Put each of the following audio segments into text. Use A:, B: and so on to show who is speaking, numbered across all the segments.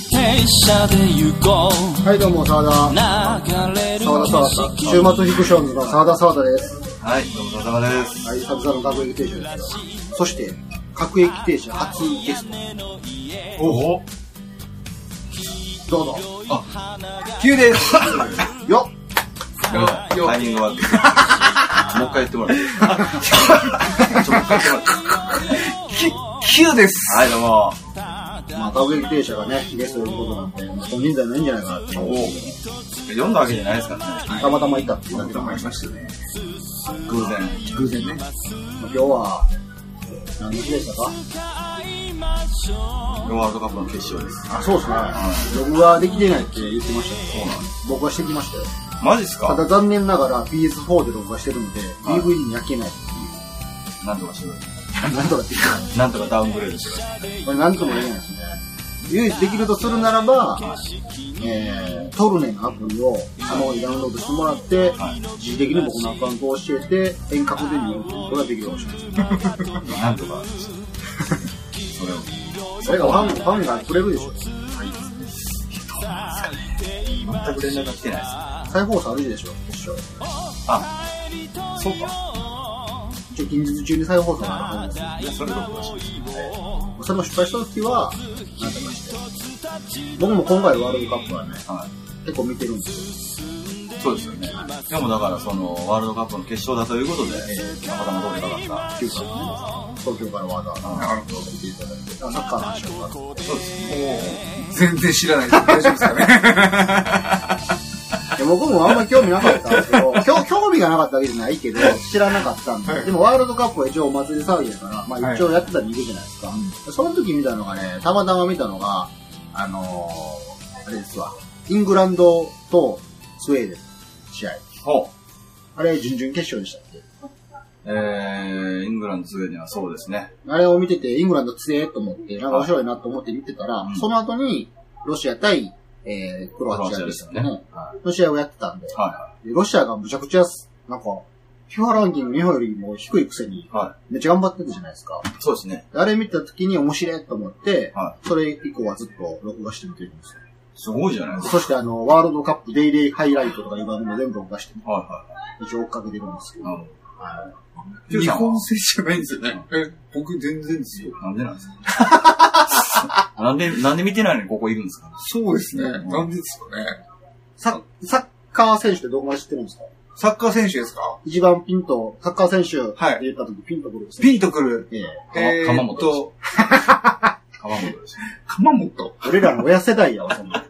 A: 車で行こう
B: はい、どうも、沢田。
A: 流れる
B: 沢田
A: 景色
B: 沢田。週末フィクションズの沢田沢田です。
C: はい、どうも、田中です。
B: はい、久々の各駅停車ですが。そして、各駅停車初ゲス
C: おお
B: ト。どうぞ。
D: 急です。
B: よ
D: よ、よ
C: タイ、ミング悪 い。もう一回やってもらっていいですかちょっともう一回やってもらっていいですか
D: 急です。
C: はい、どうも。
B: っまあ、各駅停車がね、ゲスト呼ぶことなんて、まあ、人数ないんじゃないかなって思う
C: 読んだわけじゃないですからね。
B: たまたまいたっていうだけだから、
D: りましたね。
C: 偶然。
D: 偶然ね。
B: 今日は、何の日でしたか
C: ワールドカップの決勝です。
B: あ、そうですね。僕はできてないって言ってましたけど、僕はしてきましたよ。
C: マジっす
B: ただ
C: か
B: 残念ながら PS4 で録画してるので、
C: はい
B: DVD に焼けない って
C: なんとかしてくださ
B: いう。なんとかできない。
C: い。なんとかダウングレードしてください。
B: これなんとも言えないですね。唯一できるとするならば、えー、トルネのアプリをスマホにダウンロードしてもらって、
C: はい
B: 自主的に僕のアカウントを教えて、遠隔で見るっていうことができるかもしれない
C: なんとか。それを。
B: それがファン、ファンがくれるでしょ。
C: 全く連絡が来てないです。
B: 再放送あるでしょ、決勝。
C: あ、そうか。
B: 一応近日中に再放送があるんですけど
C: いや、それ録画しました。
B: それも失敗した時は、なんとかして。僕も今回ワールドカップはね、
C: はい。
B: 結構見てるんですよ。
C: そうですよね。でもだから、その、ワールドカップの決勝だということで、たまたま通れなかった。
B: 九州からね、東京からわざわざ、
C: なる
B: ほど。見ていただいて、サッカーの話を伺って
C: そうですね。
D: 全然知らないです。大丈夫ですかね。
B: いや僕もあんまり興味なかったんですけど、興興味がなかったわけじゃないけど、知らなかったんで、でもワールドカップは一応お祭り騒ぎだから、まあ一応やってたら見るじゃないですか。その時見たのがね、たまたま見たのが、あのー、あれですわ、イングランドとスウェーデンの試合。
C: ほう。
B: あれ、準々決勝でしたっけ
C: えー、イングランド、スウェーデンはそうですね。
B: あれを見てて、イングランド強えと思って、なんか面白いなと思って見てたら、
C: うん
B: その後に、ロシア対、えー、クロアチアでしたね。
C: は
B: ロシアをやってたんで
C: い。、は
B: でロシアがむちゃくちゃ、なんか、FIFA ランキング日本よりも低いくせに、
C: い。は
B: めっちゃ頑張ってたじゃないですか。
C: い。そうですね。
B: であれ見た時に面白いと思って、
C: は
B: それ以降はずっと録画して見てるんですよ。
C: すごいじゃないです
B: そしてあの、ワールドカップデイデイハイライトとかいう番組も全部録画して、
C: か。は
B: 一応追っかけてるんですけ
C: い
B: ど、
C: はい。はい
D: 日本戦じゃないんですよね。え、僕全然ですよ。
C: なんでなんですか なんで、なんで見てないのにここいるんですか
D: そうですね。なんでですかね。
B: サッサッカー選手ってどこまで知ってるんですか
D: サッカー選手ですか
B: 一番ピンと、サッカー選手って
D: はい
B: 言った時ピンとくるんですね。
D: ピンとくる。
B: え
C: か
D: え
C: 鎌
D: ーっ
C: 本です
D: と、
C: 浜本ですね。
D: 鎌本、
B: え俺らの親世代やわ、そんな。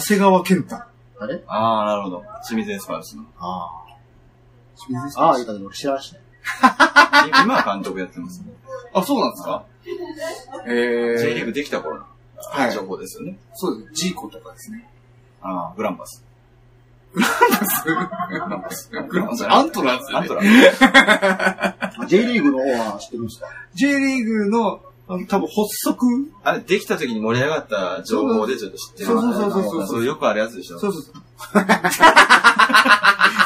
D: 長谷川健太。
B: あれ
C: あー、なるほど。清水エスパルスの。い
B: あ
D: 清水
B: あ。ああ、言うたけど俺知らんしね。
C: 今は監督やってますね。
D: あ、そうなんですかえー、
C: J リーグできた頃の
D: はい
C: 情報ですよね。
D: そうですね。ジーコとかですね。
C: あー、グランパス。
D: グランパス。グ
C: ランパス
D: アントラーズ
C: アントラ
B: J リーグの方は知ってるんですか
D: J リーグの、あの多分発足
C: あれ、できた時に盛り上がった情報でちょっと知ってる。
D: そうそうそうそう
C: あそうよくあるやつでしょ。
D: そうそうそう。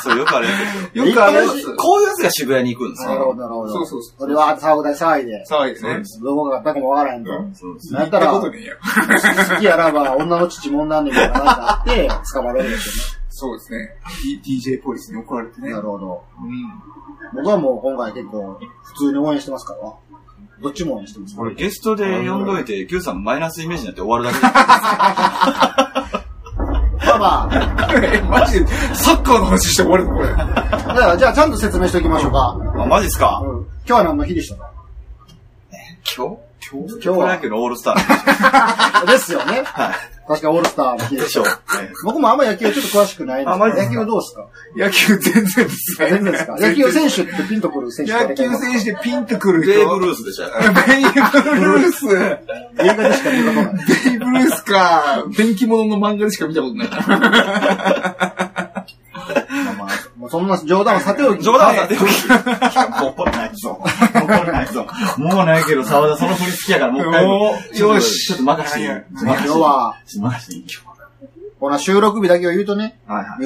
C: そうよくあるやつでし
D: よくあるや
B: いっぱい
D: つ
C: ょ。。こういうやつが渋谷に行くんです
B: なるほ
C: よ。
B: ど、なるほど。
D: そうそうそう
B: 俺は騒ぎ騒いで、
D: 騒いです
C: そう
D: ね
C: で。す
B: どこがったかもわからへんと。
C: そうです
B: なんやっ
D: 言ったた
B: ら、
D: こと
B: 好
D: ねえや。
B: きやらば女の父もんなんねんからなんかあって、捕まれるんです
D: そうですね。D- DJ ポリスに怒られて
B: よ
D: ね。
B: ね。なるほど。
D: うん。
B: 僕はもう今回結構、普通に応援してますから。どっちも応援してますから。
C: 俺ゲストで呼んどいて、Q さんマイナスイメージになって終わるだけだ。
B: まあま
D: え、 マジで、サッカーの話して終わるのこれ。
B: あ、だからじゃあちゃんと説明しておきましょうか。
C: あ、マジっすか
B: うん、今日は何の日でしたか
C: 今日
D: 今日
C: 今日はプロ野球のオールスター
B: ですよね。
C: はい。
B: 確かオールスターの日で
C: で
B: し
C: しょ
B: た
C: う。
B: 僕もあんま野球ちょっと詳しくないんです
C: あマジ
B: け
C: で
B: ど、
C: すか
B: 野球どうですか
D: 野球全然です。
B: 全然です か野球選手ってピンとくる選手
D: 野球選手でピンとくる人。
C: ベーブ・ルースでしょ。
D: ベイブルース。
B: 手。映画でしか見たことない。
D: ベイブルースか。電気物の漫画でしか見たことないな。
B: まあまあ、もうそんな冗談はさておき。
C: 冗談はさておき。もうないぞ。もうないぞ。もうないけど、沢田その振り好きやから、もう一回。
D: お
C: ちょっと
D: よし
C: ちょっと任していい
D: はい
C: 任していい
B: 今日は
C: 任していい今
B: この収録日だけを言うとね、
C: 日は。はいはい。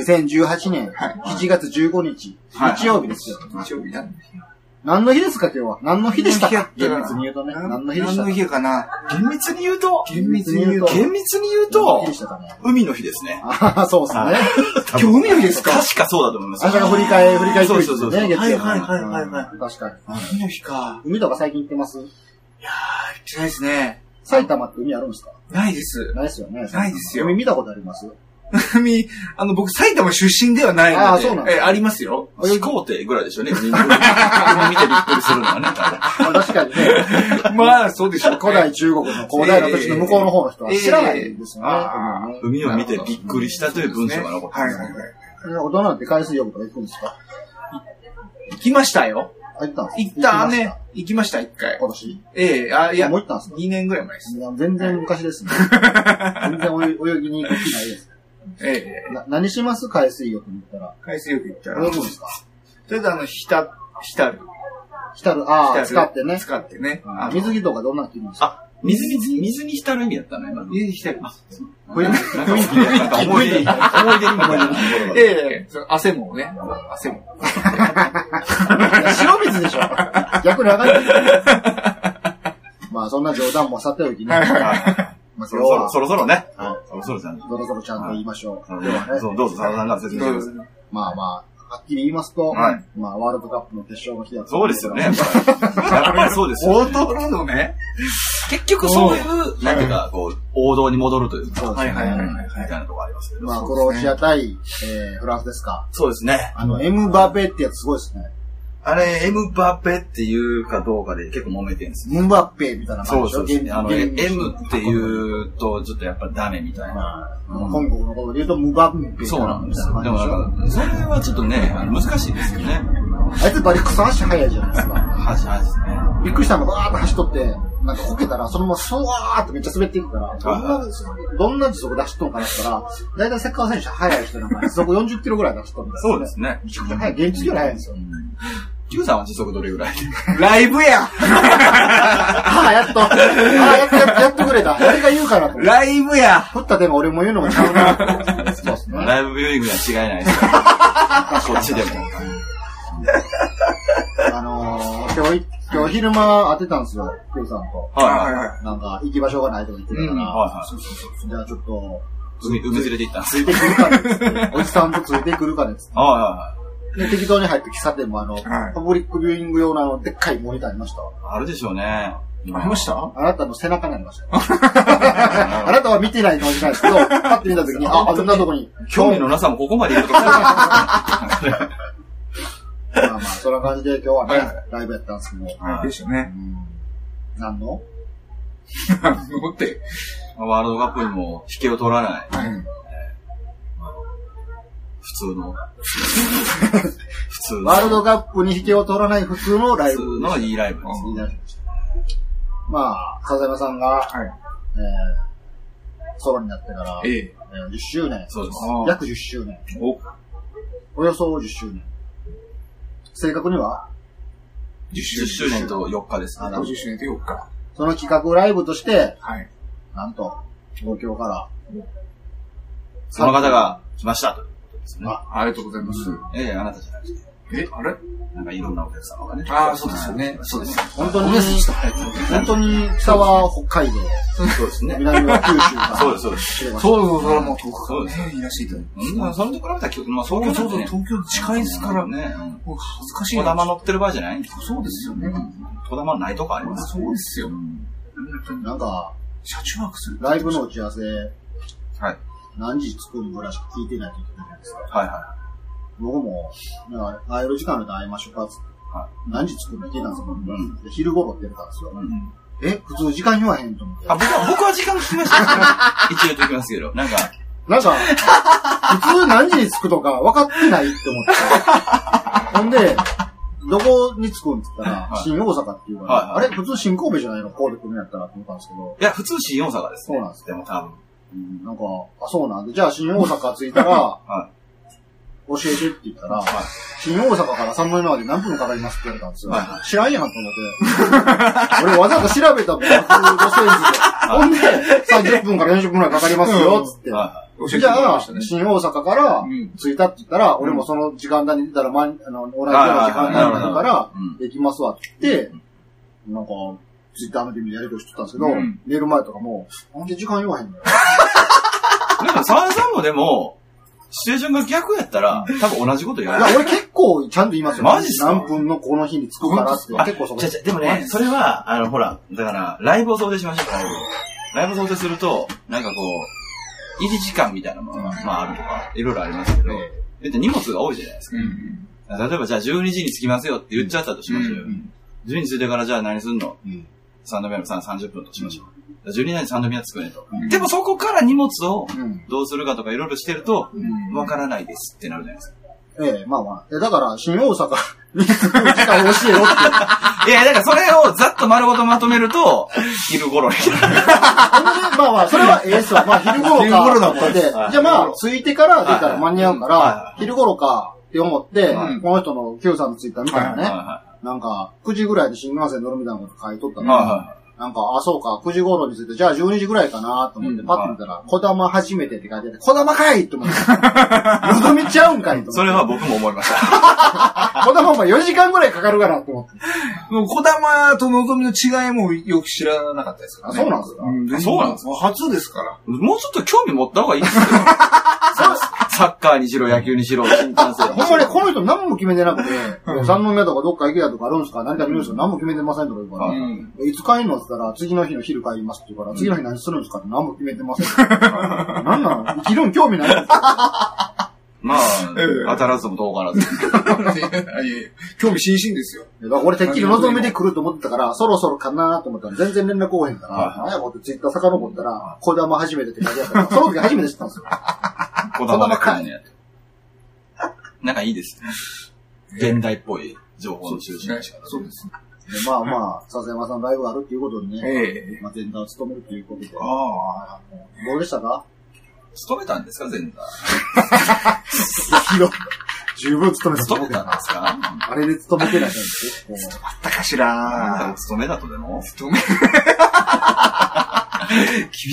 B: 2018年
D: はい
B: 7月15日、
C: はい
B: 日曜日ですよ。
D: 日曜日なんで。
B: 何の日ですか今日は。何の日でしたか
D: 何の日や
B: 厳
D: ったかな
B: 密に言うとね。何の日で
D: 何
B: した
D: の
B: か
D: 日かな
C: 厳密に言うと、
D: 厳密に言うと。
B: 厳
C: 厳密に言う
B: 何の日
C: と
B: で、したかね。
C: 海の日ですね。
B: ああ、そうですね。
D: 今日海の日ですか
C: 確かそうだと思います。
B: あじゃあ振り返り、振り返りクイズ
C: そうそうそうそ
B: ね、
C: う
B: 月曜の
D: はいはいはいはいは
B: 確かに。
D: 海の日か。
B: 海とか最近行ってます
D: あ、行ってないですね。
B: 埼玉って海あるんですか
D: ないです。
B: ないですよね。
D: ないですよ
B: 海見たことあります
D: 海、あの、僕、埼玉出身ではないので。
B: あそうなんだ
D: え、ありますよ。
C: 始皇帝ぐらいでしょうね。海見てびっくりするのはね。
B: まあ確かにね、
D: まあ、そうでしょう。
B: 古代中国の古代の土地の向こうの方の人は知らないんですよね。
D: ええあ
B: 海をね
C: 海を見てびっくりしたという文章が残って
D: は
C: ま
D: い
C: す
D: はいはい。
B: 大人なんて海水浴とか行くんですか
D: 行きましたよ。
B: あ、行ったんです
D: 行
B: か
D: ったね
B: 行きました。
D: 行きました、一回。
B: 今年
D: ええ、あ、いや、
B: もう行ったんですか
D: 2年ぐらい前です。
B: いや全然昔ですね。全然泳ぎに行く気ないです。
D: ええ、
B: な何します海水浴に行ったら。
D: 海水浴行ったら。
B: 泳ぐん
D: と
B: ですか
D: りあえず、あの、ひた、ひたる。
B: 浸る、ああ、
D: 浸
B: 使ってね。
D: 使ってね。
B: あー水着とかどんなの着るんですか
C: あ、水に、水に浸る意味だったな、今の。
D: 家にひたる。
C: これ、なんか思い出に、思い出にもなる
D: ええ、そう汗もね。汗も。
B: いや塩水でしょ。逆に上がってる。まあそんな冗談もさておきね。 まあ
C: そ
B: 今日は
C: ろそろ、そろそろね。
B: は
C: そろそろじゃん。
B: い、そろそろちゃんと言いましょう。今日はね、
C: そうどうぞ、佐野さんから説明してください。
B: まあまあ、はっきり言いますと、
C: はい
B: まあワールドカップの決勝の日だったん
C: そうですよね。やっぱりそうですよ。
D: 本当なのね。
C: 結局そういう、なんていうか、こう、王道に戻るというか、
B: そうです
D: はい
B: ね。
D: はいはいはい
C: みたいなとこありますけ
B: まあ
C: ど。
B: クロアチア対、えー、フランスですか。
C: そうですね。
B: あの、エムバペってやつすごいですね。
C: あれ、エムバペっていうかどうかで結構揉めてるんです
B: ムンバッペみたいな感
C: そ
B: じ
C: う
B: でしょ
C: そうですね。あの、
B: 現
C: M
B: 現地
C: っていうと、ちょっとやっぱダメみたいな。
B: まあ本国のことで言うとムバッペみたい
C: そうなんですよ。
B: 感
C: で
B: じ
C: も
B: しょ
C: なんか、それはちょっとね、あの難しいですよね。
B: あいつバリクソ足速いじゃないですか。
C: はじはじですね。
B: びっくりしたのがわーって走っとって、なんかこけたら、そのままスワーってめっちゃ滑っていくから、どんな、どんな時速で走っとんかなったら、だいたいサッカー選手速い人なんか、時速40キロぐらいで走っとるんだ
C: そうですね
B: め。ちゃくちゃ速い、現地より速いんですよ。
C: Q さんは時速どれぐら い
D: ライブや
B: ああ、やっと、ああ、やっと、やっとくれた。俺が言うからと。
D: ライブや
B: 振った手が俺も言うのもちゃうな。そうですね。
C: ライブビューイングには違いないですよ。 こっちでも。
B: あのー、今日、今日昼間当てたんですよ、ケイさんと。
C: はいはいはい。
B: なんか、行き場所がないとか言ってたか
D: うん
B: ら、
C: はいはい
B: じゃあちょっと、
C: 海、海連れて行ったんです。
B: ついてくるかねっつって、おじさんとついてくるかねっつって。
C: はい
B: で、適当に入って喫茶店もあの、
D: はい
B: パブリックビューイング用のあの、でっかいモニターありましたわ
C: はいはい。あるでしょうね。
D: ありました
B: あなたの背中にあり ましたよ。あなたは見てないかもしれないですけど、パッて見た時に、あ、あんなとこに、
C: 興味のなさもここまでいるとこは
B: まあまあ、そんな感じで今日はね、
D: はいは
B: ライブやったんですけど、
C: い
D: でしたね。
B: 何の
D: 思って。
C: ワールドカップにも引けを取らない、普通 の、普通の、
B: ワールドカップに引けを取らない普通のライ
C: 普
B: ブ
C: 通のいいライブです。
B: になりました。まあ、笹山さんが、
D: はい
B: えー、ソロになってから、え
D: ええ。
B: ー10周年、
C: そうです。
D: あ
B: 約10周年、
C: お、
B: およそ10周年。正確には
C: 10周年と4日ですね。
B: あ
D: 50周年と4日。
B: その企画ライブとして、
D: はい。
B: なんと、東京から、
C: その方が来ましたということですね。
D: ありがとうございます。
C: ええ、あなたじゃなくて、
D: え、あれ
C: なんかいろんなお客様がね。
D: ああ、そうですよね。そうです。
B: 本当に、本当に北は北海道、
C: そうですね。
B: 南は九州から。
C: そうです、そうです。
B: 知れました
D: そうそう、それはもう遠くから
C: そう
D: ね、いらしていただいて。
C: うん、まあそれと比べたら、きょまあ、東京
D: 東京そ
C: そうう
D: そう、
C: ね。
D: 東京近いですからね。
C: ね。
D: もう恥ずかしい
C: 小
D: な。
C: 玉乗ってる場合じゃないんですよ。
D: そうですよね。
C: 小玉ないとこあります
D: そ
C: よ
D: うですよ。
B: なんか、
D: 車中泊する。
B: ライブの打ち合わせ、
C: はい。
B: 何時作るぐらいしか聞いてないといけないじゃないですか。
C: はいは
B: 僕も、なんか会える時間で会いましょうかっつって。
C: は
B: 何時作るの聞いたんですよ、僕も
C: うん
B: で昼頃って出たんですよ。
C: い。うん
B: え、普通時間言わへんと思って
C: あ、。僕は、僕は時間聞き ましたよ。一応言っときますけど。なんか、
B: なんか、普通何時に着くとか分かってないって思 って。ほんで、どこに着くんって言ったら、
C: はい
B: 新大阪っていうから、
C: はいはい
B: あれ普通新神戸じゃないのこうで来るんやったらって思ったんですけど、
C: いや、普通新大阪です、ね。
B: そうなんです
C: でも多分。
B: なんか、あ、そうなんで、じゃあ新大阪着いたら、
C: は
B: 教えてって言ったら、
C: はい
B: 新大阪から三枚目まで何分かかりますって言われたんですよ。
C: はいは
B: 知らんやんと思って。俺わざわざ調べたもん、ほんで、30分から40分くらいかかりますよ、つって。
C: は
D: 教えて
B: じ
D: もらい
B: ゃ
D: ま
B: あ
D: したね、。
B: 新大阪から
D: うん
B: 着いたって言ったら、俺もその時間帯に出たら、まあの、同じような時間帯になるから
C: い。、うん。
B: できますわって言って、なんか、ツイッターの時にやりとりしてたんですけど、
D: うん
B: 寝る前とかも、なんで時間言わへんのよ。
C: なんか沢田さんもでも、シチュエーションが逆やったら、多分同じことや
B: い
C: る
B: や、。俺結構ちゃんと言いますよ。
C: マジっすか
B: 何分のこの日に着くからって。
C: あ
B: 結構そこ
C: じゃじゃ、でもね、それは、あの、ほら、だから、ライブを想定しましょう、ライブを。ライブを想定すると、なんかこう、入り時間みたいなものが、まああるとか、いろいろありますけど、だって荷物が多いじゃないです
D: うん。
C: か。例えば、じゃあ12時に着きますよって言っちゃったとしましょうよ。
D: うん
C: 12時着いてからじゃあ何すんの
B: うん
C: 三度目の3、30分としましょう。12時に三度目は着くねと
D: う。ん
C: でもそこから荷物を
B: うん。
C: どうするかとかいろいろしてると、
D: うん
C: わからないですってなるじゃないですか。
B: ええ、まあまあ。え、だから、新大阪に着く時間教えろって。
C: いや、だからそれをざっと丸ごとまとめると、昼頃に。
B: まあまあ、それはええっすわ。まあ、昼頃か。
D: 昼頃だったん
B: で。
D: で
B: じ
D: す
B: ゃあまあ、着いてから出たら間に合うか
C: はいはいは
B: ら、昼頃かって思って
D: はい、
B: この人の Q さんのツイッター見たら
C: はい
B: ね、
C: は
B: なんか、9時ぐらいに新幹線乗るみたいなこと書いとった
C: い。
B: の。
C: はいはい。
B: なんか、あ、そうか、9時頃に着いて、じゃあ12時ぐらいかなと思って、
D: うん
B: パッと見たら、こだま初めてって書いてあって、こだまかいって思って、よどみちゃうんかいと思って。
C: それは僕も思いました。
B: こだまも4時間ぐらいかかるかなと思って。
D: もう、小玉と望みの違いもよく知らなかったですからね。
B: あそうなんですか
D: か
C: そうなんです
D: か初ですから。
C: もうちょっと興味持った方がいいです よ。サッカーにしろ、野球にしろ、新幹線に
B: ほん
C: し
B: まね、
C: ろ。
B: この人何も決めてなくて、三宮とかどっか行けやとかあるんですか何か見るんですか何も決めてませんとか言うか
C: う
B: ら、
D: ん。
B: いつ帰るのって言ったら、次の日の昼帰りますって言うから、次の日何するんですかって何も決めてま せんって言うから。なんなの生きるん興味ないの
C: ま
D: ええ
C: あ、当たらずも遠からず。
D: いやいやいや興味津々ですよ。
B: だから俺てっきり望みで来ると思ってたから、 そろそろかなと思ったら全然連絡来へんから、
C: は
B: 何
C: い
B: やこうやってツイッター遡ったら、小玉初めてって書いてあった から、その時初めて知ったんですよ。
C: こだまが来るね。なんかいいですね。現代っぽい情報の収集の仕方。
D: そうですね。
B: でまあまあ、笹山さんのライブがあるっていうことでね、
D: ええ。
B: まあ、全体を務めるということで、ど
D: ああ、も
B: うでしたか
C: 勤めたんですか全代。
B: 広十分勤めたと思
C: 勤
B: う
C: め
B: け
C: た
B: ど
C: んですか
B: あれで勤めてないんですよ。
D: うあったかし
C: なん
D: ら
C: か。勤めだとでも。
D: 勤め。厳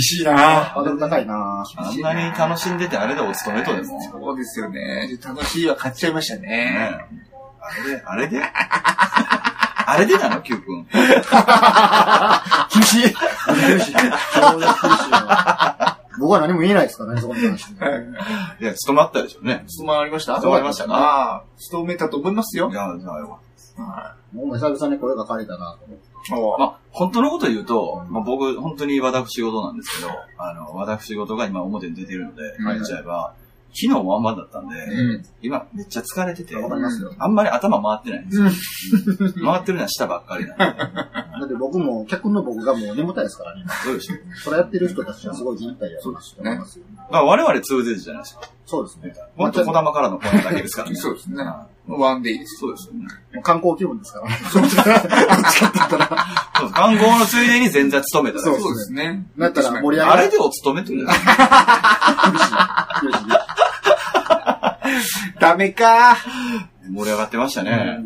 D: しいな。
B: ハードル高いなぁ。
C: あんなに楽しんでてあれでお勤めとでも。ね
D: そうですよね。楽しいは買っちゃいました
C: え
D: ね。
C: あれであれであれでなの ?Q 君。
B: 厳しい厳しい。 僕は何も言えないですからね、そこに関して。
C: いや、勤まったでしょうね。
D: 質問ありました
C: 務まりましたか
D: ああ、勤めたと思いますよ
C: い。や、じゃあよかった。
B: もう久々に声が枯れたなと思って。
D: お
C: まあ、本当のこと言うと、まあ、僕、本当に私事なんですけど、あの、私事が今表に出てるので、
D: はいはい
C: 言っちゃえば、昨日ワンマンだったんで、
D: うん。
C: 今めっちゃ疲れてて、
B: わかりますよ。
C: あんまり頭回ってないんですよ。うん回ってるのは下ばっかりなんで。
B: だって僕も、客の僕がもう眠たいですからね。
C: どうでしょう。
B: それやってる人たちはすごい人体やりますと思いますよ。
C: まあ、我々通ずるじゃないですか。
B: そうですね。
C: ほんと小玉からの声だけですからね。
D: そうですね
C: は
D: ワンデイで
C: い
D: す。
C: そうですよね。
B: もう観光気分です からね。
C: そうです観光のついでに全然勤めただけ
B: そう
C: で
B: ですす
D: そうですね。
B: なったら盛り上が
C: あ
B: る
C: れ。でお勤めってことじゃない
B: 厳しいね
D: ダメか。
C: 盛り上がってましたね。
D: ね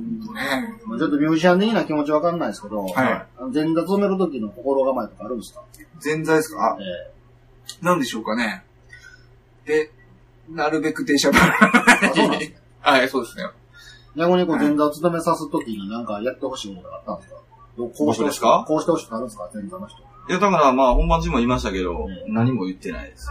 B: ちょっとミュージアン的な気持ちわかんないですけど、
D: はい
B: あの前座染める時の心構えとかあるんですか
D: 前座ですか
B: え
D: なんでしょうかね。で、なるべく電車ば
B: えあ、
D: ら
B: そうなんですね。
D: はい、そうですね。
B: 逆にこう前座を務めさす時になんかやってほしいことがあったんですかどうこうしてほ
C: 僕で
B: しい
C: すか
B: こうしてほしいとあるんですか前座の 人。
C: いや、だからまあ、本番中も言いましたけど
B: え、
C: 何も言ってないです。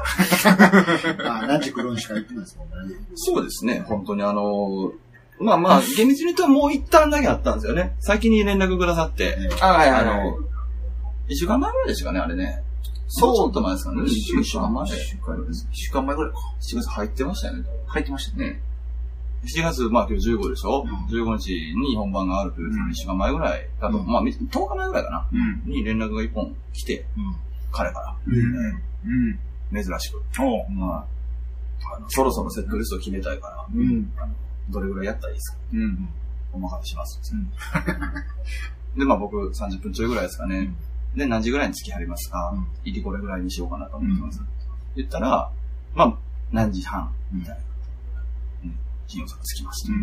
B: あ何時来るんしか言ってないですもんね。
C: そうですね、本当にあの、まあまあ、厳密に言うともう一旦だけあったんですよね。先に連絡くださって、
D: あはい
C: あ
D: はい
C: の、一週間前ぐらいでしたかね、あれね。
D: そう
C: もちょっと前ですかね。
D: 一週間
C: 一週間前。
D: 一週間前
C: です。
D: 1週間前ぐらいか。
C: 7月入ってましたよね。
D: 入ってましたね。
C: 7月、まあ今日15でしょ、?15 日に本番があるという、
D: うん
C: 1週間前ぐらいだと、
D: うん
C: まあ10日前ぐらいかな。
D: うん。
C: に連絡が一本来て、
B: うん
C: 彼から。
D: うん。うん。
C: 珍しく。
D: おう。
C: まあ、あのそろそろセットリストを決めたいから、
D: うん。
C: どれぐらいやったらいいですか
D: うん。
C: お任せします。 で、まあ僕30分ちょいぐらいですかね。で、何時ぐらいに着きはりますか、
B: うん
C: 入りこれぐらいにしようかなと思ってます。言ったら、まあ、何時半みたいな。うん新大阪着きます
D: う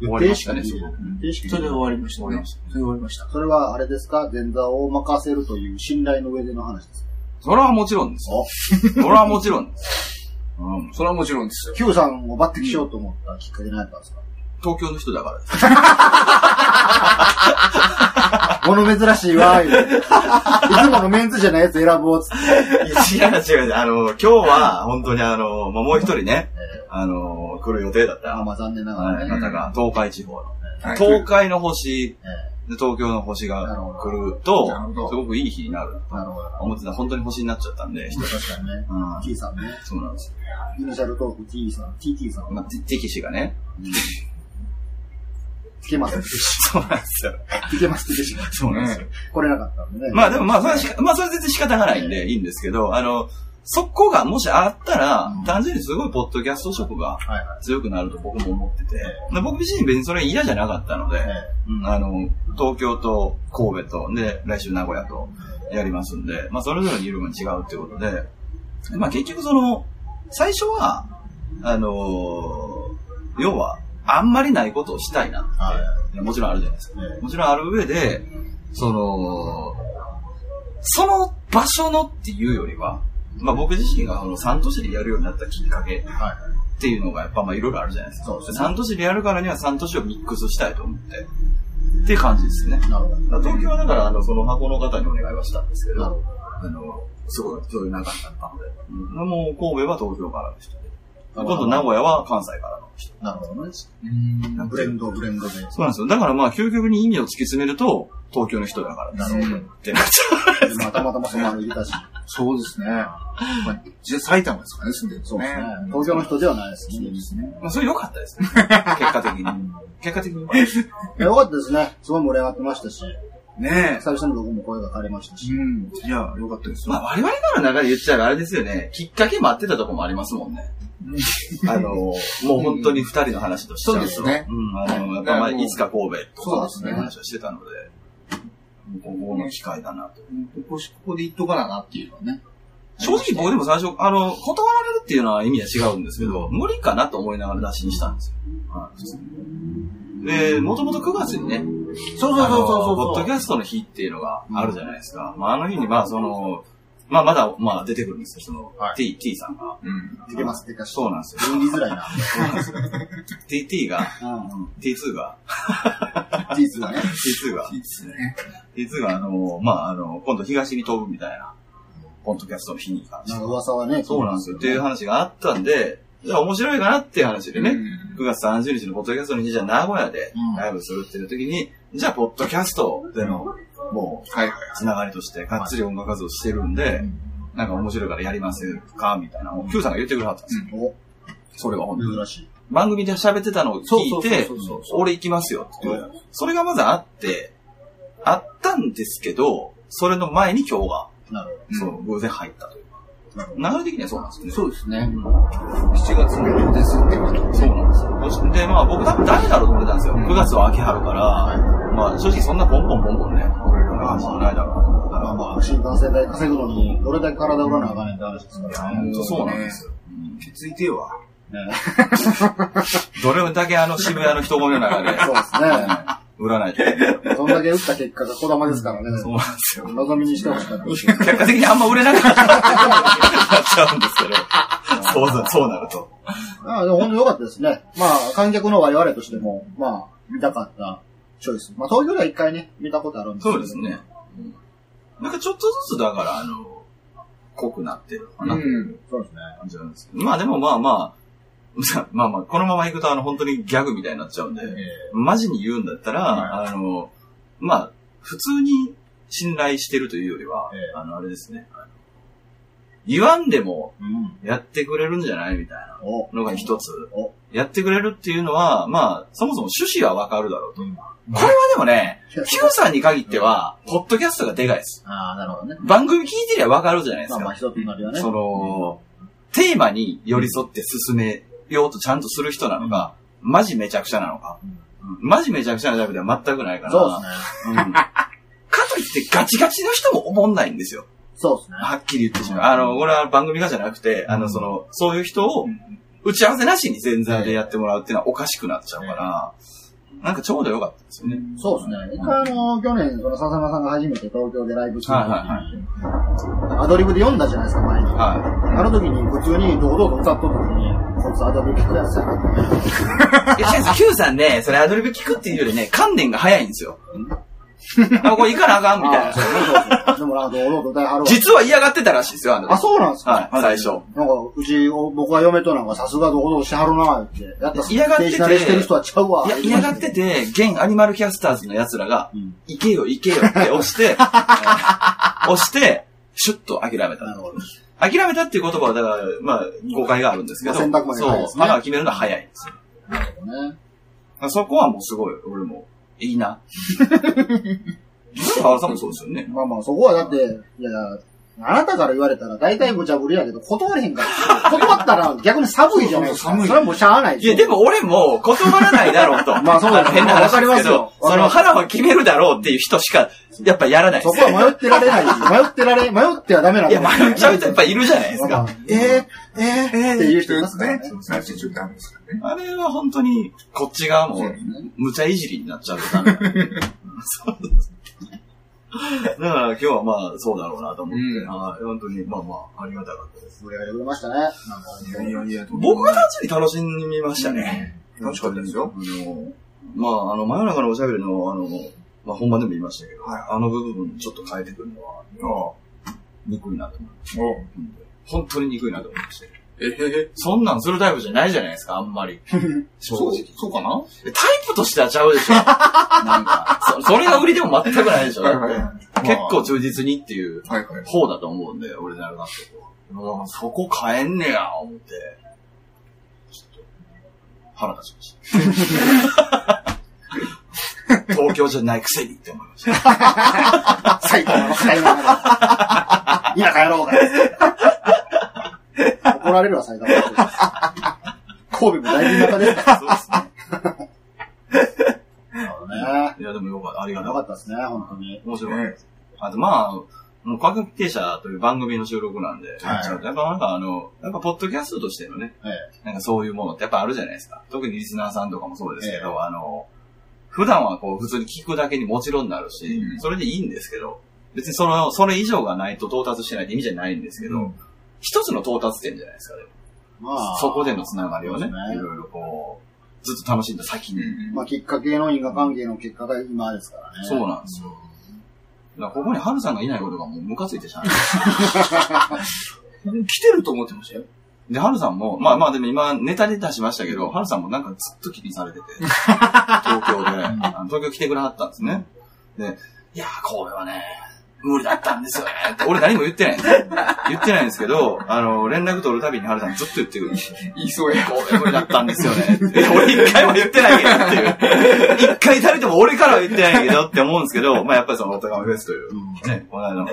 C: と。終
D: ん。
C: わりましたね、そこ。
B: 定式
C: それで終わりました
D: 終わりました。それで終わりました。
B: それはあれですか前座を任せるという信頼の上での話ですか
C: それはもちろんです。それはもちろんです。うん。
D: それはもちろんですよ。
B: ?Q さんを抜擢しようと思ったきっかけ何だったんですか、
C: 東京の人だから です。
B: 物珍しいわー言うていつものメンツじゃないやつ選ぼうっつって。
C: 違う違う。あの、今日は、本当にあの、まあ、もう一人ね、あの、来る予定だった、
B: あまあ残念なが
C: は
B: ら
C: い
B: ね。
C: 方が、東海地方の。
D: はい
C: 東海の星
B: え、
C: で東京の星
B: な
C: が
B: るほど
C: 来る
D: なるほど
C: と、すごくいい日になる。
B: なるほど。
C: 思ってたら本当に星になっちゃったんで、人が
B: 確かにね。
C: うん
B: T さんね。
C: そうなんです。
B: イニシャルトーク T さん、TT さん
C: まあ、
B: は
C: テテキシがね。
B: つけます。
C: そうなんですよ。
B: つけますってしか
C: そうなんですよ。
B: 来れなかったんでね。
C: まあでもまあ、それはしか、まあそれは全然仕方がないんで、いいんですけど、あの、そこがもしあったら、単純にすごいポッドキャスト色が
B: はいは
C: 強くなると僕も思ってて、で僕自身別にそれ嫌じゃなかったので、
B: え
C: うんあの、東京と神戸と、で、来週名古屋とやりますんで、まあそれぞれに色が違うってことで、まあ結局その、最初は、あのー要は、あんまりないことをしたいなって、
B: はい
C: もちろんあるじゃないですか。
B: ええ
C: もちろんある上で、その、その場所のっていうよりは、まあ僕自身があの3都市でやるようになったきっかけ
B: えはい。
C: っていうのがやっぱまあいろいろあるじゃないですか。
B: そうですね
C: 3都市でやるからには3都市をミックスしたいと思って、っていう感じですね。
B: なるほど。
C: だから東京はだからあのその箱の方にお願いはしたんですけど、
B: なるほ
C: あの、すごいそういう仲になったので、うんもう神戸は東京からの人で、今度名古屋は関西からの人。
B: なるほどね。
D: うん。
B: ブレンド、ブレンドで。
C: そうなんですよ。だからまあ究極に意味を突き詰めると、東京の人だからです
B: なるほど。
C: ってなっちゃう。
B: まあ、たまたまその入れたし。
D: そうですね。まあ、じゃあ埼玉ですかね、住んでるんです
B: そう
D: ね
B: ですね。東京の人ではないですね。
C: まあ、それ良かった ですね。結果的に。結果的に良かったです。
B: えよかったですね。すごい盛り上がってましたし、
D: ね
B: 久々に僕も声が枯れました
D: え。
B: し。
D: うん。いや、よかったですよ。
C: まあ、我々の中で言っちゃえばあれですよね。きっかけ待ってたとこもありますもんね。 あの、もう本当に二人の話として
D: そうですね。
C: うん、あの、やっぱまあ、いつか神戸と
D: そう
C: か
D: です
C: そう
D: ね
C: いう話をしてたので、もうここの機会だなと。
D: ここし、ここで言っとかななっていうのはね。
C: 正直僕でも最初、あの、断られるっていうのは意味は違うんですけど、無理かなと思いながら打診したんですよ。はい普通にで、もともと9月にね、
D: そう
C: あのポッドキャストの日っていうのがあるじゃないですか。まあ、あの日に、まあ、その、まあ、まだ、まあ、出てくるんですよ。その、
B: は
C: T、T さんが。
D: うん。
B: いけます、でかし。
C: そうなんですよ。
B: 言いづらいな。
C: T、T が、
B: うん。
C: T2 が、
B: 実はね。
C: T2 が
D: い、いですね。
C: T2 が、あの、まあ、あの、今度東に飛ぶみたいな、ポッドキャストの日に関し
B: なん
C: て。
B: か噂はね。
C: そうなんですよ。っていう
B: ね。
C: 話があったんで、じゃあ面白いかなっていう話で
D: う
C: ね、
D: ん
C: 9月30日のポッドキャストの日じゃあ名古屋で
B: うん
C: ライブするっていう時に、じゃあポッドキャストでの、もう、
D: はいはい。
C: つながりとして、がっつり音楽活動してるんで、なんか面白いからやりますか、みたいなのを、Q さんが言ってくれはったんですよ。
B: お、
C: それは本当に。
B: 珍しい。
C: 番組で喋ってたのを
D: そう
C: 聞いう
D: そそう
C: て
D: そうそう、
C: 俺行きますよって言われた。それがまずあって、あったんですけど、それの前に今日が、
B: なる
C: そう、偶然入ったという
B: なる
C: か。流れ的にはそうなんですよね。
D: そうですね。
C: うん
D: 7月のですってこと
C: そうなんですよ。で、まあ僕多分誰だろうと思ってたんですよ。
D: うん
C: 9月は秋春から、まあ正直そんなポンポンポンポンね、俺らの話じゃないだろうなと思っ
B: ほど。ま
C: たら、
B: あまあ、新幹線代稼ぐのに、どれだけ体売らなあかんねんって話ですからね。
C: 本当そうなんですよ。うん
D: ついては。
B: ね
C: どれだけあの渋谷の人混みの中 で、
B: そうで
C: 売らない と。
B: すね。そんだけ打った結果が小玉ですからね。
C: そうなんですよ。
B: 望みにしてほしかったですね。
C: 結果的にあんま売れなかったってなっちゃうんですけど。そうそう、そうなると。
B: ああ、でも本当良かったですね。まあ、観客の我々としても、まあ、見たかったチョイス。まあ、東京では一回ね、見たことあるんですけど。
C: そうですね。。なんかちょっとずつだから、あの、濃くなってるのかなって
D: ん。
B: そうですね。
C: 感じなんですけど。まあでもまあ まあ、まあまあ、このまま行くとあの、本当にギャグみたいになっちゃうんで、マジに言うんだったら、あの、まあ、普通に信頼してるというよりは、
B: ええ
C: あの、あれですね。あの言わんでも
B: うん。
C: やってくれるんじゃないみたいな
B: お、
C: のが一つ
B: お。
C: やってくれるっていうのは、まあ、そもそも趣旨はわかるだろうと。
B: うん
C: これはでもね、
B: いや
C: Q さんに限っては、ポッドキャストがでかいです。
B: ああ、なるほどね。
C: 番組聞いてりゃわかるじゃないです
B: ま
C: か
B: あ。まあ、一つになるよね。
C: その、テーマに寄り添って進めようとちゃんとする人なのか、マジめちゃくちゃなのか。うんマジめちゃくちゃなタイプでは全くないから。
B: そうですね。
C: うんかといってガチガチの人も思んないんですよ。
B: そうですね。
C: はっきり言ってしまう。あの、俺は番組がじゃなくて、あの、その、そういう人を打ち合わせなしに前座でやってもらうっていうのはおかしくなっちゃうから、なんかちょうど良かったですよね。
B: そうですね。一回あの、去年、その笹間さんが初めて東京でライブしてる時に、
C: はいは
B: アドリブで読んだじゃないですか、前に。
C: は
B: あの時に普通に堂々と歌っとった時に、こいつアドリブ聞くやつ だなって。
C: い。いや、違うんです Q さんね、それアドリブ聞くっていうよりね、観念が早いんですよ。あ、これ行かなあかんみたい
B: あそう
C: な。
B: そうそうでもなんか堂々と歌いはるわ。
C: 実は嫌がってたらしいですよ、あの時
B: あ、そうなんですか
C: はい最初。
B: なんか、うち、僕は嫁となんかさすが堂々としてはるなって。やった
C: 嫌がってて
B: ステージ慣れしてる人はちゃうわ。
C: いや、嫌がってて、現アニマルキャスターズの奴らが
B: うん、
C: 行けよ行けよって 押して、押して、シュッと諦め
B: な
C: た。
B: るほど。
C: 諦めたっていう言葉は、だから、まあ、誤解があるんですけど、
B: まあ選択もね
C: そ
B: 早いうで、すね
C: まだ決めるのが早いんですよ
B: ね。
C: まあそこはもうすごい、俺も、い いな。川さんもそうですよね。
B: まあまあ、そこはだって、いや、あなたから言われたら大体無茶ぶりやけど、断れへんから。断ったら逆に寒いじゃないですか。
D: そうそう寒い
B: それはもうしゃあない
C: いや、でも俺も断らないだろう と。
B: まあそうだよ
C: の変な話で
B: わ
C: すけど
B: かりますよ
C: その腹を決めるだろうっていう人しか、やっぱやらないで
B: そ
C: す
B: こは迷ってられない。迷ってられ、迷ってはダメなん
C: いや、迷っちゃう人やっぱ
B: い
C: いるじゃないですか。
B: えー、えー、えー、っていう人いますから
D: ね
B: ね。。
D: 最初ちょっとダメですからね。
C: あれは本当に、こっち側も、無茶いじりになっちゃ うから。そうですだから今日はまあ、そうだろうなと思って、
D: うん
C: はい本当に、まあまあ、ありがたかったです。
B: 盛り上げてくれましたね。なんか
D: いやいやいや、
C: 僕たちに楽しみましたね。
D: 楽しかったですよ。
C: あの、まあ、あの、真夜中のおしゃべりの、あの、まあ、本番でも言いましたけど、
D: はい
C: あの部分ちょっと変えてくるのは、憎いなと思って、
D: お
C: 本当に憎いなと思いました。
D: えへへ。
C: そんなんするタイプじゃないじゃないですか、あんま り。正
D: そう、
C: 直。
D: そうかな
C: タイプとしてはちゃうでしょ。なんか、そそれが売りでも全くないでしょ。
D: はいはい
C: だって結構忠実にっていう
D: はいはい。
C: 方だと思うんで、俺ならなって。もうそこ変えんねや、思って。ちょっと、腹立ちました。 東京じゃないくせにって思いま した。
B: 最高の最高の。今帰ろうか。怒られるわ、最高の。神戸も大事な中ですから。
C: そうですね。
B: ね。
C: いや、でもよかった。ありが
B: よ
C: た
B: か
C: かっ
B: ったですね、本当に。
C: た。面白かったです。あと、まあ、もう科学定社という番組の収録なんで、
B: はい
C: ちょっとやっぱなんかあの、やっぱポッドキャストとしてのね、
B: ええ
C: なんかそういうものってやっぱあるじゃないですか。特にリスナーさんとかもそうですけど、あの、普段はこう普通に聞くだけにもちろんなるし、
D: うん
C: それでいいんですけど、別にその、それ以上がないと到達してないって意味じゃないんですけど、
D: うん
C: 一つの到達点じゃないですか、でも
B: まあ、
C: そこでのつながりを
B: そう
C: ね、
B: ですね
C: いろいろこう、ずっと楽しんだ先に、
B: まあ、きっかけの因果関係の結果が今ですからね。
C: そうなんですよ。だからここにハルさんがいないことがもうムカついてしゃあない。
D: 来てると思ってましたよ。
C: で、ハルさんも、まあまあでも今ネタで出しましたけど、ハルさんもなんかずっと気にされてて、東京で、あの東京来てくれはったんですね。で、いやー、神戸はね、無理だったんですよね。って俺何も言ってないんですよ。言ってないんですけど、あの、連絡取るたびにハルさんずっと言ってくるんですよ。
D: 言いそうや。
C: 神戸無理だったんですよね。いや俺一回も言ってないけどっていう。一回誰でも俺からは言ってないけどって思うんですけど、まあやっぱりその、お互いフェスという、ね、この間の、あの、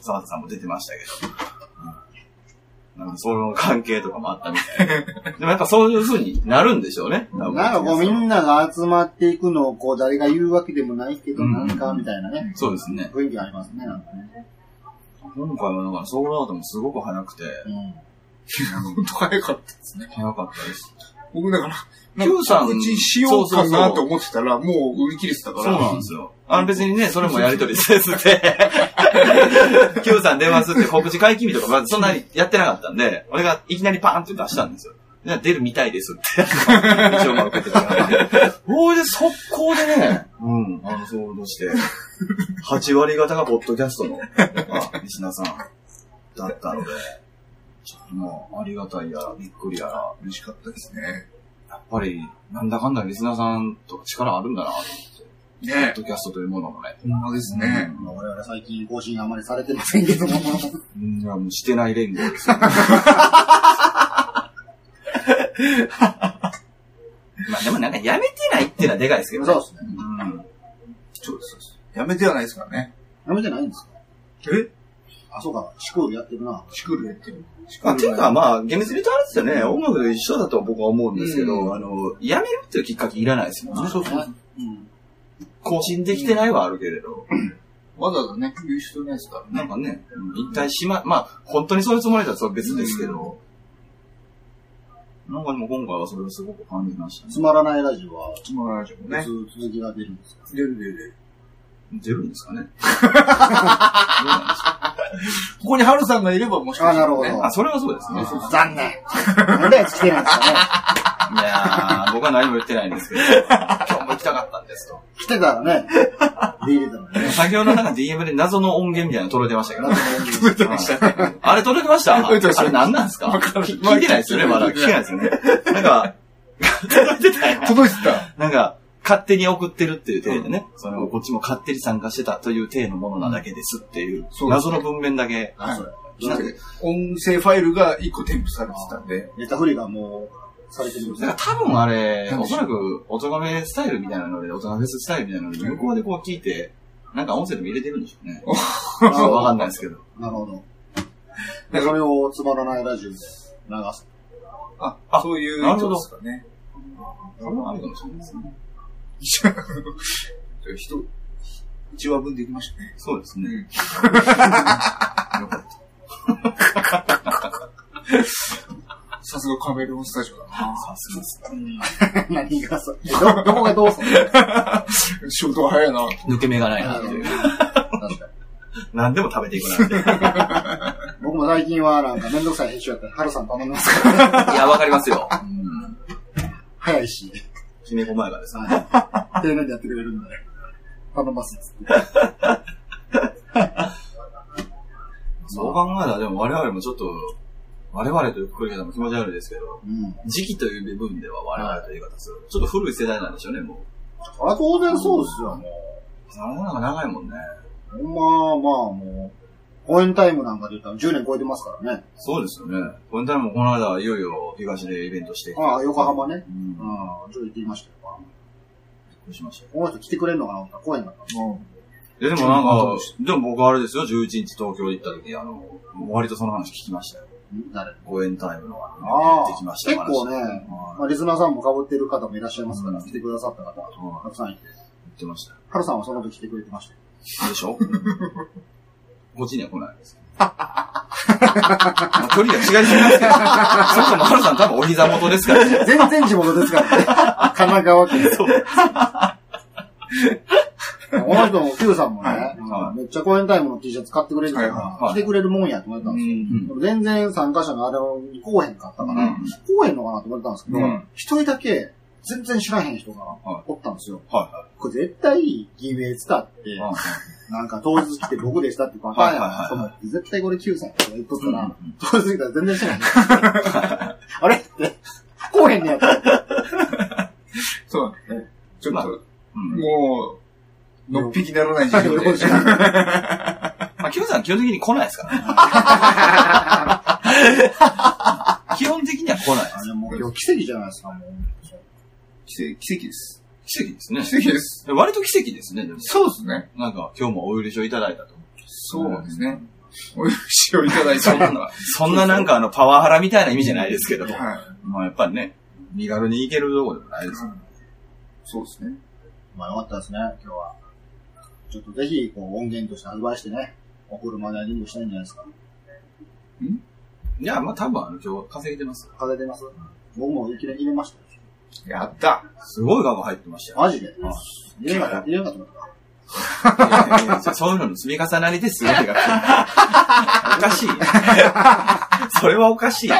C: 沢田さんも出てましたけど、なんかその関係とかもあったみたいで。でもやっぱそういう風になるんでしょうね。多分
B: なんかこうみんなが集まっていくのをこう誰が言うわけでもないけど、
C: うん
B: なんかみたいなね、
C: そうですね。
B: 雰囲気ありますね、なんかね。
C: 今回はだから、ソールアウトもすごく早くて、
D: 本当早かったですね。
C: 早かったです。
D: 僕だから、なん
C: Q さん
D: か告知しようかなと思ってたら、もう売り切れてたか
C: そうなん
D: ら
C: で。すよ。あの別にね、それもやりとりせずで、Q さん電話するって告知会期日とか、まずそんなにやってなかったんで、俺がいきなりパーンって出したんですよ。じゃあ出るみたいです って。一応まあ受けてた から。ほいで速攻でね、うん、あの、そうとして、8割方がポッドキャス トの、あリスナーさんだったので、ちょっともうありがたいやら、びっくりやら、
D: 嬉しかったですね。
C: やっぱり、なんだかんだリスナーさんとか力あるんだな、ポッ
D: ね
C: ドキャストというものもね。
D: ほんまですね。
B: まあ我々最近更新あまりされてませんけども。
C: うん、いや、もうしてない 連合ですよ。まあでもなんかやめてないっていうのはでかいですけどね。
B: そうですね。
C: うん。
D: そうですそうです。やめてはないですからね。
B: やめてないんですか
D: え
B: あ、そうか、地区やってるな。
D: シクルやってる。シ
C: まあ、ていうか
D: ま
C: まあ、厳密に言うとあれですよね、音楽と一緒だと僕は思うんですけど、
D: うん
C: あの、やめるっていうきっかけいらないですよね。
D: そうそう
B: ね。うん。
C: 更新できてないはあるけれど、
D: わざわざね、言う人ないですからね。
C: なんかね、一体しま、まあ、本当にそういうつもりだったらそれは別ですけど、なんかでも今回はそれをすごく感じましたね
B: つ。まらないラジオは、
D: つまらないじゃんね。
B: ず続きが出るんですか
D: 出る出る出る。
C: 出るんですかね
D: ここにハルさんがいればもしかしたら、ね。
B: あなるほど
C: あ、それはそうですね。
B: 残念。なんでやつ来てないんですかね。
C: いやー、僕は何も言ってないん ですけど、今日も行きたかったんですと。
B: 来てたらね、出入れたのね。
C: 先ほどなんか DM で謎の音源みたいなの届いてましたけど
B: なん。かね
C: はいあれ届きました
D: 届いてました
C: あれ何なんですか
D: わかんない
C: 聞聞いてないですよね、まだ。聞
D: 聞い
C: け
D: て
C: ない
D: ない
C: ですよね。なんか、届いてたよ。
D: 届いてた。
C: なんか、勝手に送ってるっていう体でね、そのこっちも勝手に参加してたという体のものなだけですっていう、
D: そうです
C: 謎の文面だけ。
B: あそう
D: なんか音声ファイルが1個添付されてたんで。
B: ネタフリがもう、されてるんです
C: だ
B: ね。
C: から多分あれ、
D: なん
C: お
D: でし
C: そ
D: ょう
C: らく、音がめスタイルみたいなので、音がフェススタイルみたいなので、向こうでこう聞いて、なんか音声でも入れてるんでしょう ね。
B: あ
C: そうわかんない
B: い。
C: ですけど。
B: なるほど。で、それをつまらないラジオで流す。
D: あ、
C: あ
D: そういう
C: なるほど
D: ですかね。
C: 多分あるかもしれないですね。
D: 人、一話分できましたね。
C: そうですね。 よかった。
D: さすがカメレオンスタジオだな。
C: さすがで す。
B: 何がそう。えど、どこがどうすんの
D: 仕事が早いな。
C: 抜け目がないなっていう。
B: 確かに。
C: 何でも食べていくなっていう。
B: 僕も最近はなんかめんどくさい編集やったら、ハルさん頼みますから、
C: いや、わかりますよ。うん。
B: 早い し、
C: きめ細やかですね。
B: 丁寧にやってくれるんで、頼ますっつって。
C: そう考えたら、でも我々もちょっと、我々というくくり方も気持ち悪いですけど、
B: うん。
C: 時期という部分では我々という言い方する。ちょっと古い世代なんでしょうね、もう。
B: そりゃ当然そうですよ、も
C: なかなか長いもんね。
B: う。ほんまあまあもう、公演タイムなんかで言ったら10年超えてますからね。
C: そうですよね。この間もこの間、いよいよ東でイベントして。
B: ああ、横浜ね。
C: う
B: う
C: ん。
B: ん、ちょ
C: びっ
B: っと行ってみましたけど。
C: くりしましたよ。
B: この人来てくれんのかなと思ったら公演だった。
C: え、でもなん
D: う
C: か
D: ん、
C: でも僕あれですよ、11日東京行った時、あの、割とその話聞きましたよ。
B: ん誰
C: 応援タイムのあの、
B: ああ
C: やってきました
B: 結構ね、
C: はい
B: まあ、リスナーさんも被ってる方もいらっしゃいますから、
C: うん
B: 来てくださった方、
C: は
B: たくさんいて。
C: い言ってましたよ。
B: ハルさんはその時来てくれてました。
C: でしょ こっちには来ないですけど。まあ距離が違いすぎますけど。そもそもハルさん多分お膝元ですからね。
B: 全然地元です からね。神奈川県。
C: そう。
B: この人も Q さんもね、
D: はい
C: はい
B: めっちゃ公演タイムの T シャツ買ってくれるから、
D: はい
C: はい
B: 来てくれるもんやと思ってたんですよ。
C: うん。
B: 全然参加者のあれを来へんかったから、
C: うん
B: 来へんのかなと思ってたんですけど
C: うん、
B: 一、人だけ全然知らへん人が
C: は
B: おったんですよ。
C: はい
B: これ絶対偽名伝って、
C: はい。
B: なんか当日来て僕でしたってバカやなと思って、絶対これ Q さんとか言っとったら、
C: うん
B: 当日来たら全然 知らへん。あれって、来へんねやった。
D: そうだね。ちょっ
C: まあ
D: と、
C: うん。
D: もう、のっぴきならない授業で。
C: まあ、キムさん基本的に来ないですから、ね、基本的には来ないで
B: あれもう今日奇跡じゃないですか、もう。
D: 奇跡奇跡です。
C: す。奇跡ですね。
D: 奇跡です。
C: 割と奇跡ですね。でも
D: そうですね。
C: なんか、今日もお許しをいただいたと。
D: そうですね。お許しをいただいた
C: そんなの は、そんななんかあの、パワハラみたいな意味じゃないですけど。
D: はい。
C: まあ、やっぱりね、身軽に行けるとこでもないです。
D: そうですね。
B: まあよかったですね、今日は。ちょっとぜひ、こう、音源として発売してね、送るマネーリングしたいんじゃないですか。
C: いや、まあ、多分あの、今日稼げてます。
B: 風出ます僕もいきなり入れましたよ。
D: やった
C: すごい額入ってましたよ。
B: マジで入れなかった、入れなかったのか。
C: いやいやいや そういうのの積み重なりですよ、 って額おかしい。それはおかしい。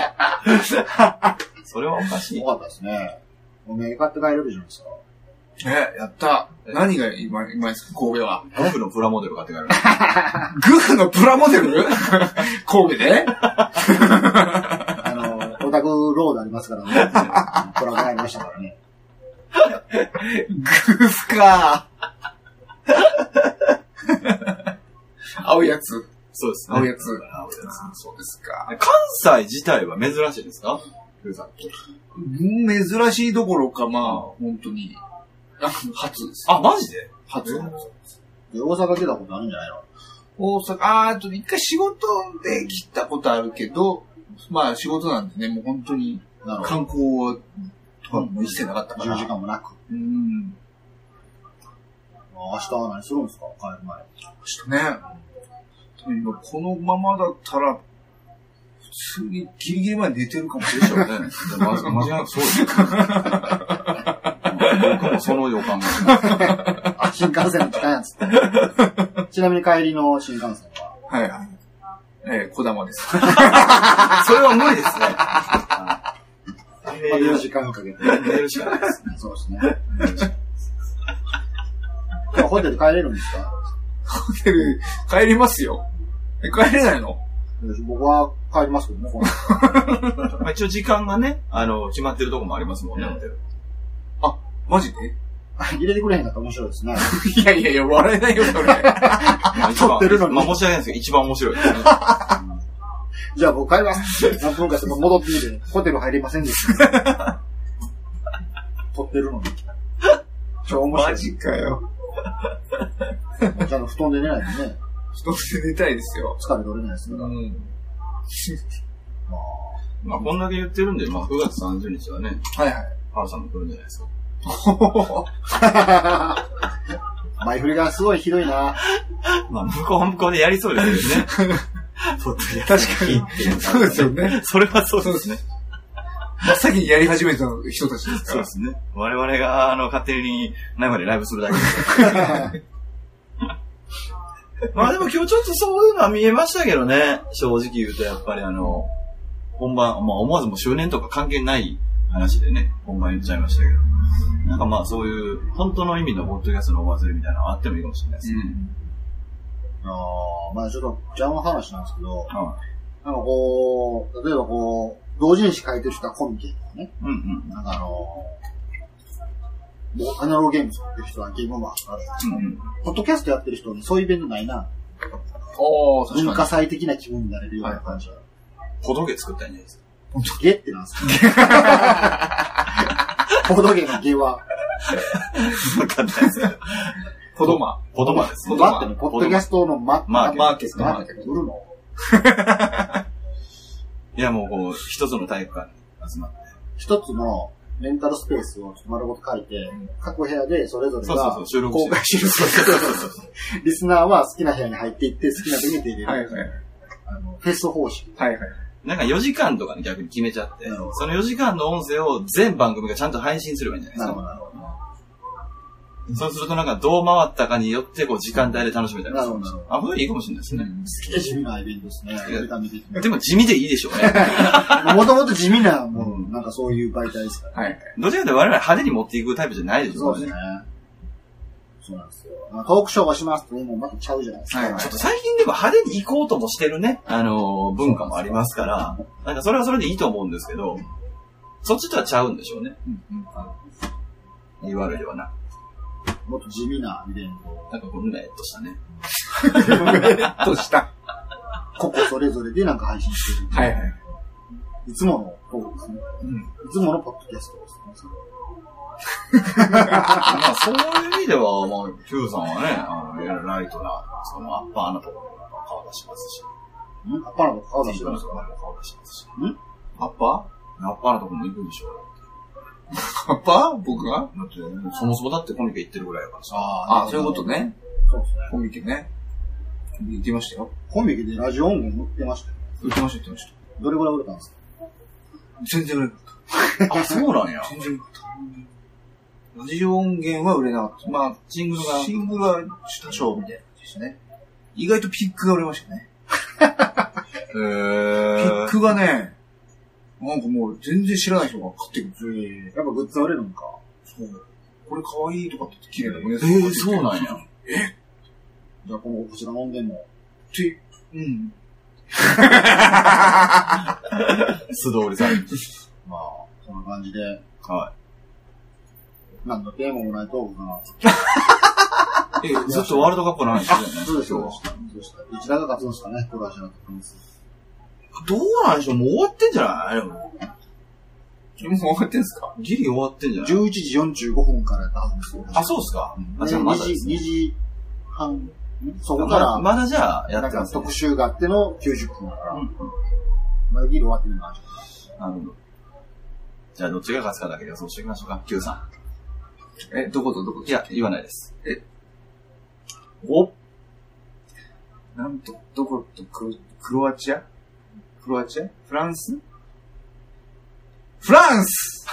C: それはおかしい
B: よ。かったですね。お土産買って帰れるじゃない ですか。
D: え、やった何が今、今ですか神戸は。
C: 僕のプラモデル買って帰る。
D: グフのプラモデル神戸で
B: あの、オタクロードありますからね。プラグ入りましたからね。
D: グフか青いやつ。
C: そうです
D: 青いやつ
C: 青いやつ
D: そうですか。
C: 関西自体は珍しいですかふうさん
D: 珍しいどころか、まあ、本当に。あ初です。
C: あ、マジで
D: 初。
B: で、大阪出たことあるんじゃないの
D: 大阪、あーあと一回仕事で来たことあるけど、まあ仕事なんでね、もう本当に
B: なるほど。
D: 観光とかも一切なかったから。
B: 10時間もなく。
D: うん。
B: 明日は何するんですか帰 る前。
D: ちょっとね、今このままだったら、通にギリギリまで寝てるかもしれ
C: でしょう ね。まず、まず、そうですよ。僕もその予感がします。
B: あ、新幹線も来たんやつって。 ちなみに帰りの新幹線は。
D: ない。はいはい。えー、小玉です。
C: それは無理ですね。
B: まあ、4時間かけて。
C: 寝るしかないです。
B: そう ですね。今日ホテル帰れるんですか
D: ホテル、帰りますよ。え、帰れないの
B: 僕は帰りますけどね、この後
C: まあ一応時間がね、あの、決まってるとこもありますもんね、ホテル。
D: マジで
B: 入れてくれへんかったら面白いですね。
D: いやいやいや、笑えないよ、それ。
C: まあ一番
B: 撮ってるのに
C: まあ申し訳ないですけど、一番面白いですね。
B: じゃあ僕帰ります。何分かしても戻ってきて、ホテル入りませんでした。 撮ってるのに。超面白い。
D: マジかよ。
B: ちゃんと布団で寝ないとね、
D: 一つで寝たいですよ。
B: 疲れ取れないです
D: う
B: から。
D: ん。
B: ま
C: まあ、こんだけ言ってるんで、まあ、9月30日はね、
D: はいはい。
C: 母さんも来るんじゃないですか。
B: あ前振りがすごいひどいな。
C: まあ、向こうは向こうでやりそうです けどね。ポッドキャストにっていう
D: そうですよね。
C: それはそう
D: そう
C: で
D: ですす
C: ね
D: ね。。真っ先にやり始めた人たちです
C: そ
D: か
C: うで
D: ら。
C: すね。我々が、あの、勝手に生でライブ するだけです。まあでも今日ちょっとそういうのは見えましたけどね。正直言うとやっぱりあの、本番、まあ思わずもう周年とか関係ない話でね、本番言っちゃいましたけど。なんかまあそういう、本当の意味のポッドキャストのお祭りみたいなのはあってもいいかもしれないです
D: う
C: ね。
D: ん。
B: あーまあちょっと邪魔な話なんですけど、
C: は
B: なんかこう、例えばこう、同人誌書いてる人はコミケとかね、
C: いうんうん。
B: なんかあのーもうアナログゲーム作ってる人はゲームマンある。
C: うんうん。
B: ポッドキャストやってる人にそういうイベントないな。
D: おー、確
B: 文
D: か
B: 化祭的な気分になれるような感じは。
C: 小峠作ったんじゃないですか。
B: ゲってなんですかボードゲームのゲは、
C: わかんないですけど。
D: に。子供。
C: 言葉ですね。
D: 言葉
B: マってね、ポッドキャストのマ、
C: マーケット
B: マーケット、マ
D: マー
B: ー
D: ケ
B: ケ
D: ッ
B: ッ
D: ト
B: ト、売るの
C: いやもうこう、一つの体育館に集まって。
B: 一つのレンタルスペースを丸ごと書いて、各部屋でそれぞれ
C: そうそう
B: が
C: そう、収録
B: 公開
C: して。
B: 収録をしてる、リスナーは好きな部屋に入っていって、好きな時に出れる。
D: はいはい。
B: あのフェス方式。
D: はいはい。
C: なんか4時間とかに逆に決めちゃって
B: なるほ、ど
C: その4時間の音声を全番組がちゃんと配信すればいいんじゃな
B: ないる
C: で
B: ほど、
C: すか。
B: なるほ
C: そうするとなんかどう回ったかによってこう時間帯で楽しめたり
B: ど。
C: す
B: なる
C: る
B: ほど、なるほど。
C: あ、そういうのいいかもしれないですね。
B: 好きで地味なイベントですね。
C: いや
B: エンタメ的な
C: でも地味でいいでしょうね。
B: もともと地味な、も
C: うん
B: う、なんかそういう媒体ですから。
D: はい。
C: どちらかというと我々派手に持っていくタイプじゃないでしょ
B: そうですね。。そうなんですよ。まあ、トークショーをしますとね、もうまたちゃうじゃないですか。
D: はいは
C: ちょっと最近でも派手に行こうともしてるね、あのー文化もありますから、なんかそれはそれでいいと思うんですけど、そっちとはちゃうんでしょうね。言い悪いではなく。
B: もっと地味なイベント。
C: なんかこんなやっとしたね。
D: っとした。
B: 個々それぞれでなんか配信してる。
D: はいはい。
B: い。いつものトークですね。
D: うん。
B: いつものポッドキャストですね。
C: まあ、そういう意味では、まあ、Q さんはね、あの、いわゆるライトな、その、アッパーなところも顔出しますし、
B: んアッパーの顔出し
C: テ
B: てるん
C: ィーバの
B: です
C: とこ
B: か
C: ろも顔出しますし、
D: アッパ
C: アッパーなところも行くんでしょうよ。
D: ーアッパー僕が
C: だって、そもそもだってコミケ行ってるぐらいだからさ。
D: ああ、そういうこと。ね。
B: そうですね。
D: コミケね。コミケ行きましたよ。
B: コミケでラジオ音源売ってましたよ。
D: 行きました行きました。
B: どれぐらい売れたんですか
D: 全然売れなかっ
C: あ、そうなんや。
D: た。全然売れなかった。ラジオ音源は売れなかった。まあ、
C: シングルが。
D: シングルは多少みたいな感じでしたね。意外とピックが売れましたね。ピッ
C: へ
D: クがね、なんかもう全然知らない人が買ってくる。
B: やっぱグッズは売れるのか。
D: そう。これ可愛いとかって言って綺麗なもん
C: え
D: ね。
C: ー、そうなんや。
B: じゃあ、この、こちらの音源も。
D: って、うん。
C: 素通りさん。
B: まあ、そんな感じで、
C: は
B: なんのテーマもないトークが。
C: い。え、ずっとワールドカップの話してたよね。
B: そうですよ。そうでした。どちらが勝つんですかね、これは知らなかったです。
C: どうなんでしょうもう終わってんじゃないでも
D: もう終わってんすか
C: ギリ終わってんじゃない
B: 11時45分からやったはずですよ。
C: あ、そうっすか。あ、じゃあま
B: 2
C: だ
B: 時
C: です、ね
B: 2。時半、んそこか
C: ま
B: ら、
C: まだじゃあ、や
B: な
C: っ
B: ん
C: てま
B: か
C: すね
B: 特。集があっての90分だから、
C: うんうん
B: まあ、ギリ終わってるのかな
C: なるほど。じゃあ、どっちが勝つかだけで予想しておきましょうか。Q さ
D: え、どことどこ
C: ん。いや、言わないです。
D: おなんと、どことクロ、クロアチアクロアチアフランスフランス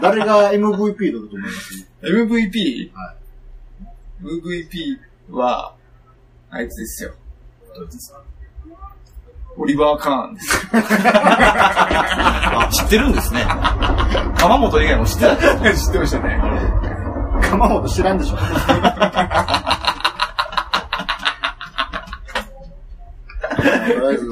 B: 誰が MVP だと思います
D: !MVP?、MVP は、あいつですよ。
C: どうですか
D: オリバー・カーンです。
C: あ、知ってるんですね。浜本以外も知ってたんですね
D: 知ってましたね。
B: 鎌本知らんでしょ。とりあえず、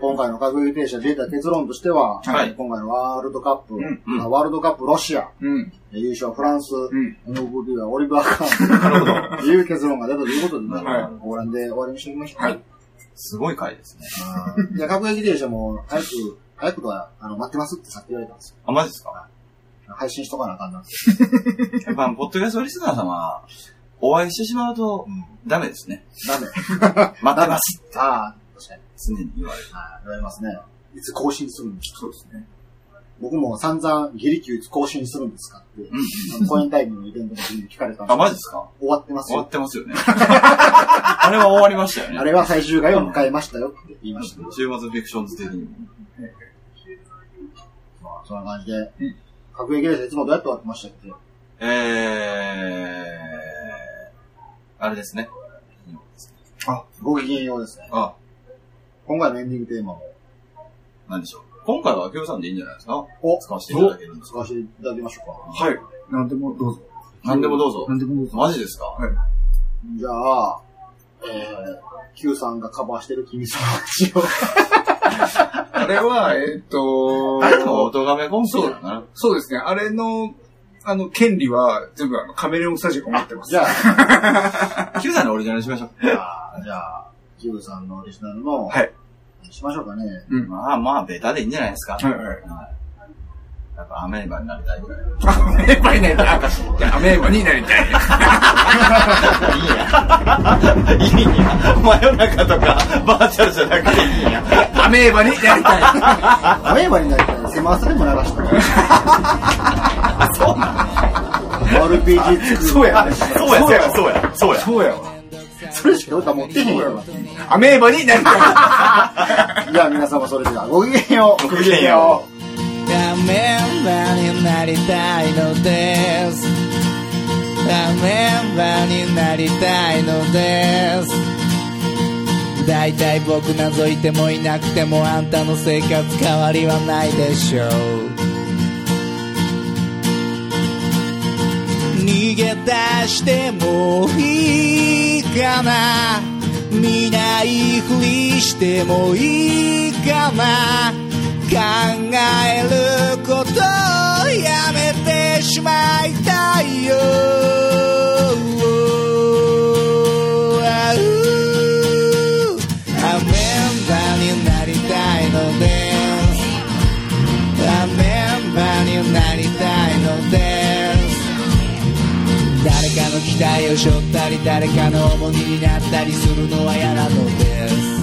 B: 今回の閣議停止は出た結論としては、
C: はい
B: 今回のワールドカップ、
D: ん
C: うん
B: あワールドカップロシア、
D: うん。
B: 優勝フランス、
D: ん
B: MVP はオリバー・カーンという結論が出たということで、
D: はい
B: ここら辺で終わりにしておきましょうか。
D: は
B: はいい。
C: すごい回ですね。
B: じゃあ、閣議停止はもう、早く、早くとは、あの、待ってますってさっき言われたんです
C: あ、マジですか
B: よ。配信しとかなあかんなって。
C: やっぱ、ポッドキャストリスナー様、お会いしてしまうと、ダメですね。
B: ダメ。
C: 待ってます。
B: ああ、確かに。
C: 常に言われる。
B: ああ、言われますね。いつ更新するの
D: そうですね。
B: 僕も散々、ギリキューいつ更新するんですかって、
C: うん。
B: あのコインタイムのイベントの時に聞かれたん
C: あ、マジですか
B: 終わってます
C: 終わっ
B: よ。
C: てます よね。あれは終わりましたよね。
B: あれは最終回を迎えましたよって言いましたけど、
C: 週末フィクションズ的にも。
B: まあ、そんな感じで、格撃列車いつもどうやって終わってましたっけ
C: えー、あれですね。
B: ご機嫌用ですね。
C: あ、
B: 今回のエンディングテーマも、
C: なんでしょう。今回は明夫さんでいいんじゃないですか
B: お
C: 使わせていただけるんです
B: 使
C: か
B: わせていただきましょうか。
D: はい。なんでもどうぞ。
C: 何でもどうぞ。
D: なんでもどう。
C: マジですか
B: じゃあ、えー、Q さんがカバーしてる君さん話を。
D: あれは、えーっと、
C: あれも音亀コンソールだな。
D: そうですね。あれの、あの、権利は全部あのカメレオンスタジオが持ってます。
B: じゃあ、
C: Q さんのオリジナルにしましょう。
B: じゃあ、じゃあ、Q さんのリスナーの、
D: はい。
B: しましょうかね。
C: まあまあ、ベタでいいんじゃないですか。
D: はいはい。
C: やっぱアメーバになりたいぐらい。
D: アメーバになりたい。アメーバになりたい。
C: いいや。いいや。真夜中とか、バーチャルじゃなくていいや。
D: アメーバになりたい。
B: アメーバになりたい。狭さでも流した。RPG 作る。
D: そうや
C: そうや、そうや、そうや、そうや。
D: そうやわ。
B: それしか歌持ってへんよ。
D: アメーバになりたい。
B: じゃあ皆様それではごきげんよう。
C: ごきげんよう。
A: ダメラになりたいのですダメラになりたいのですだいたい僕覗いてもいなくてもあんたの生活変わりはないでしょう逃げ出してもいいかな見ないふりしてもいいかな考えることをやめてしまいたいよあうアメンバになりたいのですアメンバになりたいのです誰かの期待を背負ったり誰かの重荷になったりするのは嫌なのです